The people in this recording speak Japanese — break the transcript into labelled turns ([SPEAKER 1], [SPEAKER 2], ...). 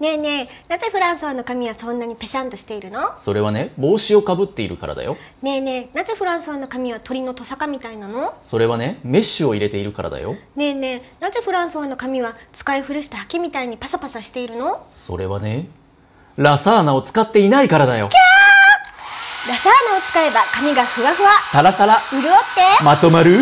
[SPEAKER 1] ねえねえなぜフランソワの髪はそんなにペシャンとしているの
[SPEAKER 2] それはね帽子をかぶっているからだよ
[SPEAKER 1] ねえねえなぜフランソワの髪は鳥のトサカみたいなの
[SPEAKER 2] それはねメッシュを入れているからだよ
[SPEAKER 1] ねえねえなぜフランソワの髪は使い古したハケみたいにパサパサしているの
[SPEAKER 2] それはねラサーナを使っていないからだよ
[SPEAKER 1] ラサーナを使えば髪がふわふわ
[SPEAKER 2] サラサラ
[SPEAKER 1] 潤って
[SPEAKER 2] まとまる